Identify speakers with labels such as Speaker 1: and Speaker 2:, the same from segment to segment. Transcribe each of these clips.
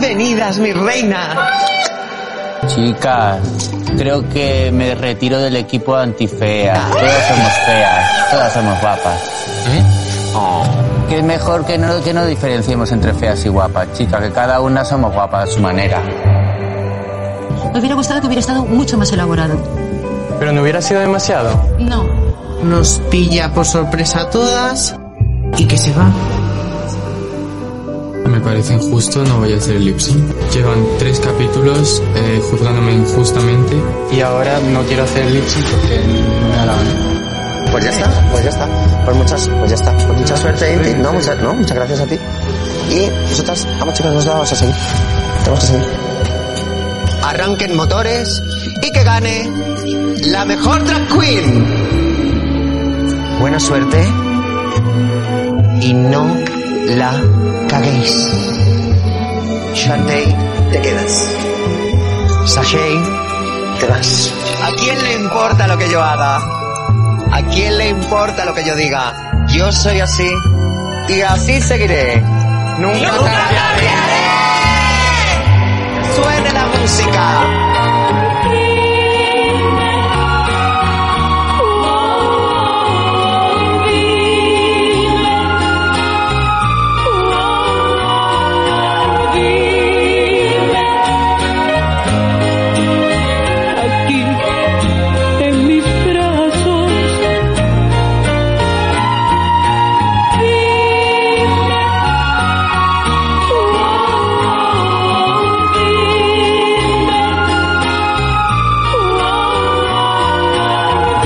Speaker 1: serás mi reina.
Speaker 2: Chicas, creo que me retiro del equipo antifea. Todas somos feas, todas somos guapas.
Speaker 3: Eh,
Speaker 2: Que es mejor que no, que no diferenciemos entre feas y guapas, chicas, que cada una somos guapas a su manera.
Speaker 4: Me hubiera gustado que hubiera estado mucho más elaborado.
Speaker 5: Pero no hubiera sido demasiado.
Speaker 4: No.
Speaker 1: Nos pilla por sorpresa a todas y que se va.
Speaker 3: Me parece injusto, no voy a hacer el lipsing. Llevan tres capítulos eh, juzgándome injustamente.
Speaker 5: Y ahora no quiero hacer el lipsync porque me da la gana.
Speaker 6: Pues ya está, pues ya está. Pues muchas, pues ya está. Pues mucha suerte, Inti. No, muchas, no, muchas gracias a ti. Y nosotras, vamos chicas, nos vamos a seguir. Tenemos que seguir.
Speaker 1: Arranquen motores y que gane la mejor drag queen.
Speaker 6: Buena suerte.
Speaker 1: Y no la caguéis. Shantae, te quedas. Sashay, te vas. ¿A quién le importa lo que yo haga? ¿A quién le importa lo que yo diga? Yo soy así y así seguiré. Nunca, cambiaré. Suene la música.
Speaker 7: aquí en mis brazos.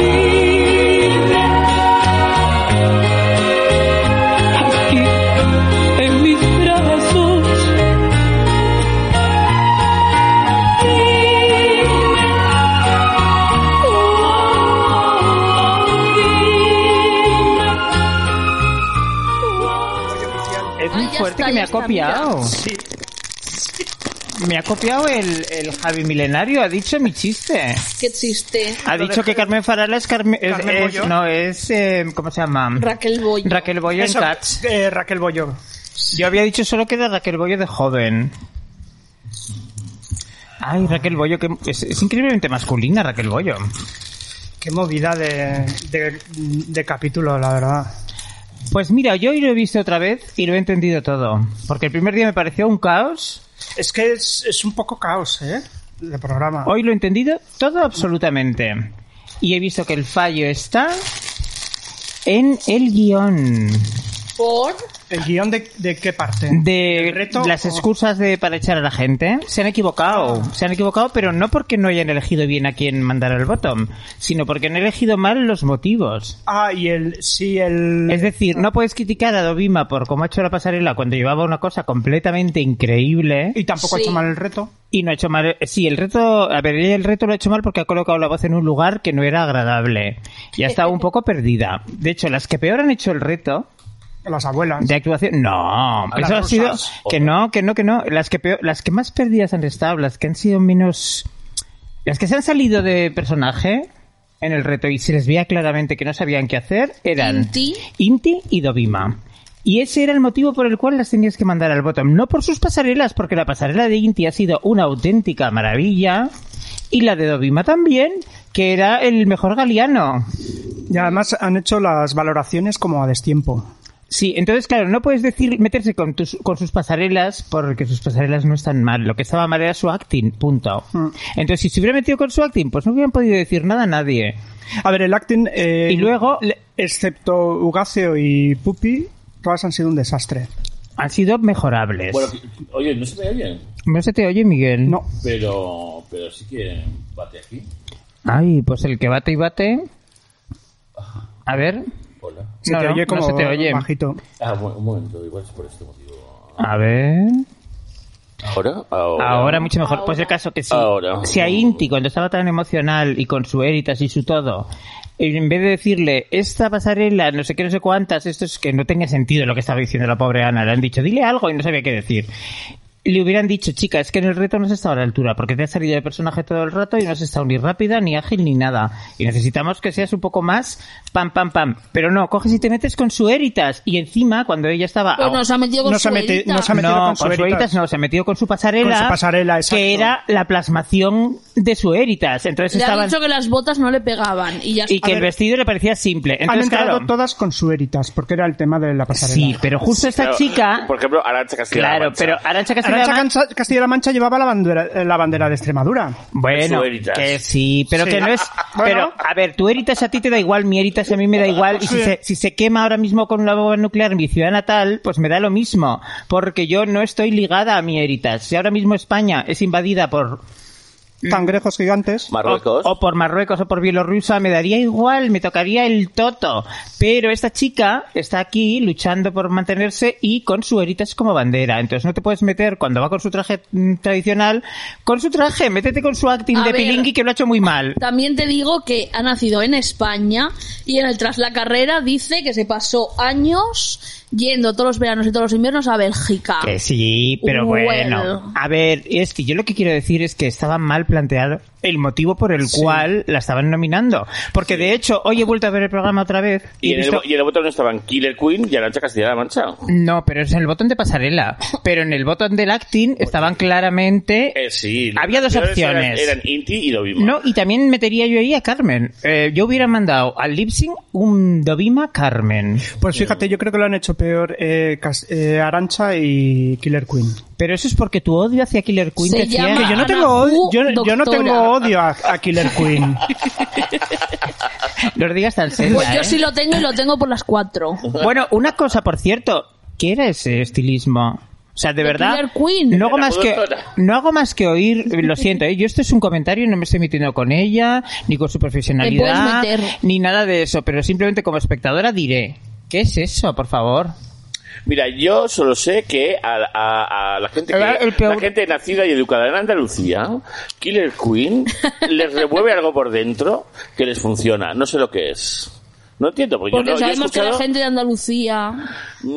Speaker 7: Dime, aquí en mis brazos.
Speaker 8: Es muy
Speaker 9: Ah, ya
Speaker 8: fuerte
Speaker 9: está,
Speaker 8: que me
Speaker 9: ya
Speaker 8: ha
Speaker 9: está,
Speaker 8: copiado.
Speaker 9: mira.
Speaker 8: Me ha copiado el, el Javi Milenario, ha dicho mi chiste.
Speaker 9: Qué chiste.
Speaker 8: Ha dicho que Carmen Farala es Carmen... es-
Speaker 5: ¿Carmen
Speaker 8: es-
Speaker 5: Bolló?
Speaker 8: no, es... eh, ¿Cómo se llama?
Speaker 9: Raquel Boy.
Speaker 8: Raquel Boyo en
Speaker 5: Eso,
Speaker 8: Cats.
Speaker 5: eh, Raquel Boyo.
Speaker 8: Yo había dicho solo que de Raquel Boyo de joven. Ay, Raquel Boyo, que es, es increíblemente masculina Raquel Boyo.
Speaker 5: Qué movida de, de, de capítulo, la verdad.
Speaker 8: Pues mira, yo hoy lo he visto otra vez y lo he entendido todo. Porque el primer día me pareció un caos,
Speaker 5: Es que es, es un poco caos, ¿eh? De programa.
Speaker 8: hoy lo he entendido todo absolutamente. Y he visto que el fallo está en el guión
Speaker 9: Por.
Speaker 5: ¿El guión de, de qué parte?
Speaker 8: de
Speaker 5: ¿El reto
Speaker 8: las
Speaker 5: o-
Speaker 8: excusas de para echar a la gente. Se han equivocado, se han equivocado, pero no porque no hayan elegido bien a quién mandar al bottom, sino porque han elegido mal los motivos.
Speaker 5: Ah, y el... Sí, el...
Speaker 8: Es decir, no puedes criticar a Dovima por cómo ha hecho la pasarela cuando llevaba una cosa completamente increíble
Speaker 5: Y tampoco ha
Speaker 9: Sí.
Speaker 5: hecho mal el reto.
Speaker 8: y no ha hecho mal. Sí, el reto, a ver, ella el reto lo ha hecho mal porque ha colocado la voz en un lugar que no era agradable y ha estado un poco perdida. De hecho, las que peor han hecho el reto
Speaker 5: Las abuelas.
Speaker 8: de actuación, no,
Speaker 5: las
Speaker 8: eso ha sido
Speaker 5: rusas.
Speaker 8: que no, que no, que no. Las que peor, las que más perdidas han estado, las que han sido menos, las que se han salido de personaje en el reto y se les veía claramente que no sabían qué hacer eran
Speaker 9: Inti.
Speaker 8: Inti y Dovima. Y ese era el motivo por el cual las tenías que mandar al bottom. No por sus pasarelas, porque la pasarela de Inti ha sido una auténtica maravilla. Y la de Dovima también, que era el mejor galiano.
Speaker 5: Y además han hecho las valoraciones como a destiempo.
Speaker 8: Sí, entonces, claro, no puedes decir meterse con, tus, con sus pasarelas porque sus pasarelas no están mal. Lo que estaba mal era su acting, punto. Entonces, si se hubiera metido con su acting, pues no hubieran podido decir nada a nadie.
Speaker 5: A ver, el acting... eh,
Speaker 8: Y luego-
Speaker 5: le- Excepto Ugacio y Pupi, todas han sido un desastre.
Speaker 8: Han sido mejorables.
Speaker 10: Bueno, oye, no se me oye,
Speaker 8: ¿No se te oye, Miguel?
Speaker 5: No.
Speaker 10: pero, pero sí que bate aquí.
Speaker 8: Ay, pues el que bate y bate. A ver.
Speaker 10: Hola.
Speaker 5: Se
Speaker 8: no,
Speaker 5: te
Speaker 8: no,
Speaker 5: oye
Speaker 8: no
Speaker 5: como
Speaker 8: se te oye.
Speaker 5: bajito.
Speaker 10: Ah, un, un momento, igual es por este motivo.
Speaker 8: A ver.
Speaker 10: ¿Ahora? Ahora.
Speaker 8: Ahora mucho mejor. Pues el caso que sí.
Speaker 10: Ahora.
Speaker 8: Si a Inti, cuando estaba tan emocional y con su Eritas y su todo, en vez de decirle, esta pasarela, no sé qué, no sé cuántas, esto es que no tenga sentido lo que estaba diciendo la pobre Ana, le han dicho, dile algo y no sabía qué decir. le hubieran dicho, chica, es que en el reto no has estado a la altura, porque te has salido de personaje todo el rato y no has estado ni rápida, ni ágil, ni nada. Y necesitamos que seas un poco más pam, pam, pam. Pero no, coges y te metes con su Eritas. Y encima, cuando ella estaba...
Speaker 9: Pues nos ha metido con No se ha su meti- Eritas.
Speaker 5: no se ha metido
Speaker 8: No,
Speaker 5: con su
Speaker 8: su
Speaker 5: Eritas.
Speaker 8: Eritas no, se ha metido con su pasarela.
Speaker 5: Con su pasarela, exacto.
Speaker 8: Que era la plasmación de su Eritas. Entonces
Speaker 9: Le ha
Speaker 8: estaban...
Speaker 9: dicho que las botas no le pegaban y ya
Speaker 8: Y
Speaker 9: está.
Speaker 8: que el vestido le parecía simple.
Speaker 5: Han
Speaker 8: Entonces,
Speaker 5: entrado
Speaker 8: claro,
Speaker 5: todas con sueritas, porque era el tema de la pasarela.
Speaker 8: Sí, pero justo esta
Speaker 10: Claro,
Speaker 8: chica...
Speaker 10: Por ejemplo, Arancha Castilla.
Speaker 8: Claro, pero Arancha Castilla...
Speaker 5: Arancha Cansa- Castilla-La Mancha llevaba la bandera, eh, la bandera de Extremadura.
Speaker 8: Bueno,
Speaker 10: Su Eritas.
Speaker 8: que sí, pero
Speaker 5: Sí. Ah,
Speaker 8: que no es...
Speaker 5: Bueno.
Speaker 8: Pero, a ver, tu Eritas a ti te da igual, mi Eritas a mí me da igual, y si
Speaker 5: Sí.
Speaker 8: se, si se quema ahora mismo con una bomba nuclear en mi ciudad natal, pues me da lo mismo, porque yo no estoy ligada a mi Eritas. Si ahora mismo España es invadida por... Mm.
Speaker 5: Cangrejos gigantes.
Speaker 10: Marruecos.
Speaker 8: O por Marruecos o por Bielorrusia, me daría igual, me tocaría el toto. Pero esta chica está aquí luchando por mantenerse y con su Eritas como bandera. Entonces no te puedes meter cuando va con su traje mm, tradicional, con su traje, métete con su acting
Speaker 9: A
Speaker 8: de
Speaker 9: ver.
Speaker 8: Pilingui que lo ha hecho muy mal.
Speaker 9: También te digo que ha nacido en España y en el tras la carrera dice que se pasó años yendo todos los veranos y todos los inviernos a Bélgica.
Speaker 8: Que sí, pero
Speaker 9: Well.
Speaker 8: bueno. A ver, es que yo lo que quiero decir es que estaba mal planteado el motivo por el cual la estaban nominando. Porque de hecho, hoy he vuelto a ver el programa otra vez y,
Speaker 10: Y
Speaker 8: he
Speaker 10: en, el,
Speaker 8: visto...
Speaker 10: bo- y en el botón no estaban Killer Queen y Arancha Castilla-La Mancha.
Speaker 8: No, pero es en el botón de pasarela. Pero en el botón del acting estaban claramente...
Speaker 10: Eh, sí.
Speaker 8: Había dos
Speaker 10: Las peores eran-
Speaker 8: opciones.
Speaker 10: Eran, Inti y Dovima.
Speaker 8: No, y también metería yo ahí a Carmen. Eh, yo hubiera mandado al Lipsing un Dovima Carmen.
Speaker 5: Pues fíjate, yo creo que lo han hecho peor eh, Cas- eh, Arancha y Killer Queen.
Speaker 8: Pero eso es porque tu odio hacia Killer Queen
Speaker 9: Se
Speaker 8: te hacía-
Speaker 9: llama-
Speaker 5: Que yo no
Speaker 9: Ana
Speaker 5: tengo, od-
Speaker 9: Ju,
Speaker 5: yo, yo no
Speaker 9: doctora.
Speaker 5: tengo odio a, a Killer Queen.
Speaker 8: Los digas tan ¿eh? serio.
Speaker 9: Pues yo sí lo tengo y lo tengo por las cuatro.
Speaker 8: Bueno, una cosa, por cierto, ¿qué era ese estilismo? O sea,
Speaker 9: The
Speaker 8: de verdad,
Speaker 9: Killer Queen.
Speaker 8: no hago
Speaker 10: Era
Speaker 8: más que
Speaker 10: productora.
Speaker 8: no hago más que oír, lo siento, ¿eh? yo esto es un comentario, no me estoy metiendo con ella, ni con su profesionalidad,
Speaker 9: Te puedes meter.
Speaker 8: ni nada de eso, pero simplemente como espectadora diré, ¿qué es eso, por favor?
Speaker 10: Mira, yo solo sé que a, a- a la gente que-
Speaker 8: Era el peor-
Speaker 10: la gente nacida y educada en Andalucía, Killer Queen les remueve algo por dentro que les funciona. No sé lo que es. No entiendo, porque,
Speaker 9: Porque
Speaker 10: yo, no- yo he
Speaker 9: sabemos que la
Speaker 10: escuchado-
Speaker 9: gente de Andalucía.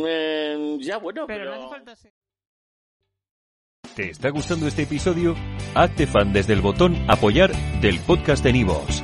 Speaker 10: Eh, ya bueno, pero...
Speaker 11: ¿Te está gustando este episodio? Hazte fan desde el botón Apoyar del podcast de Nivos.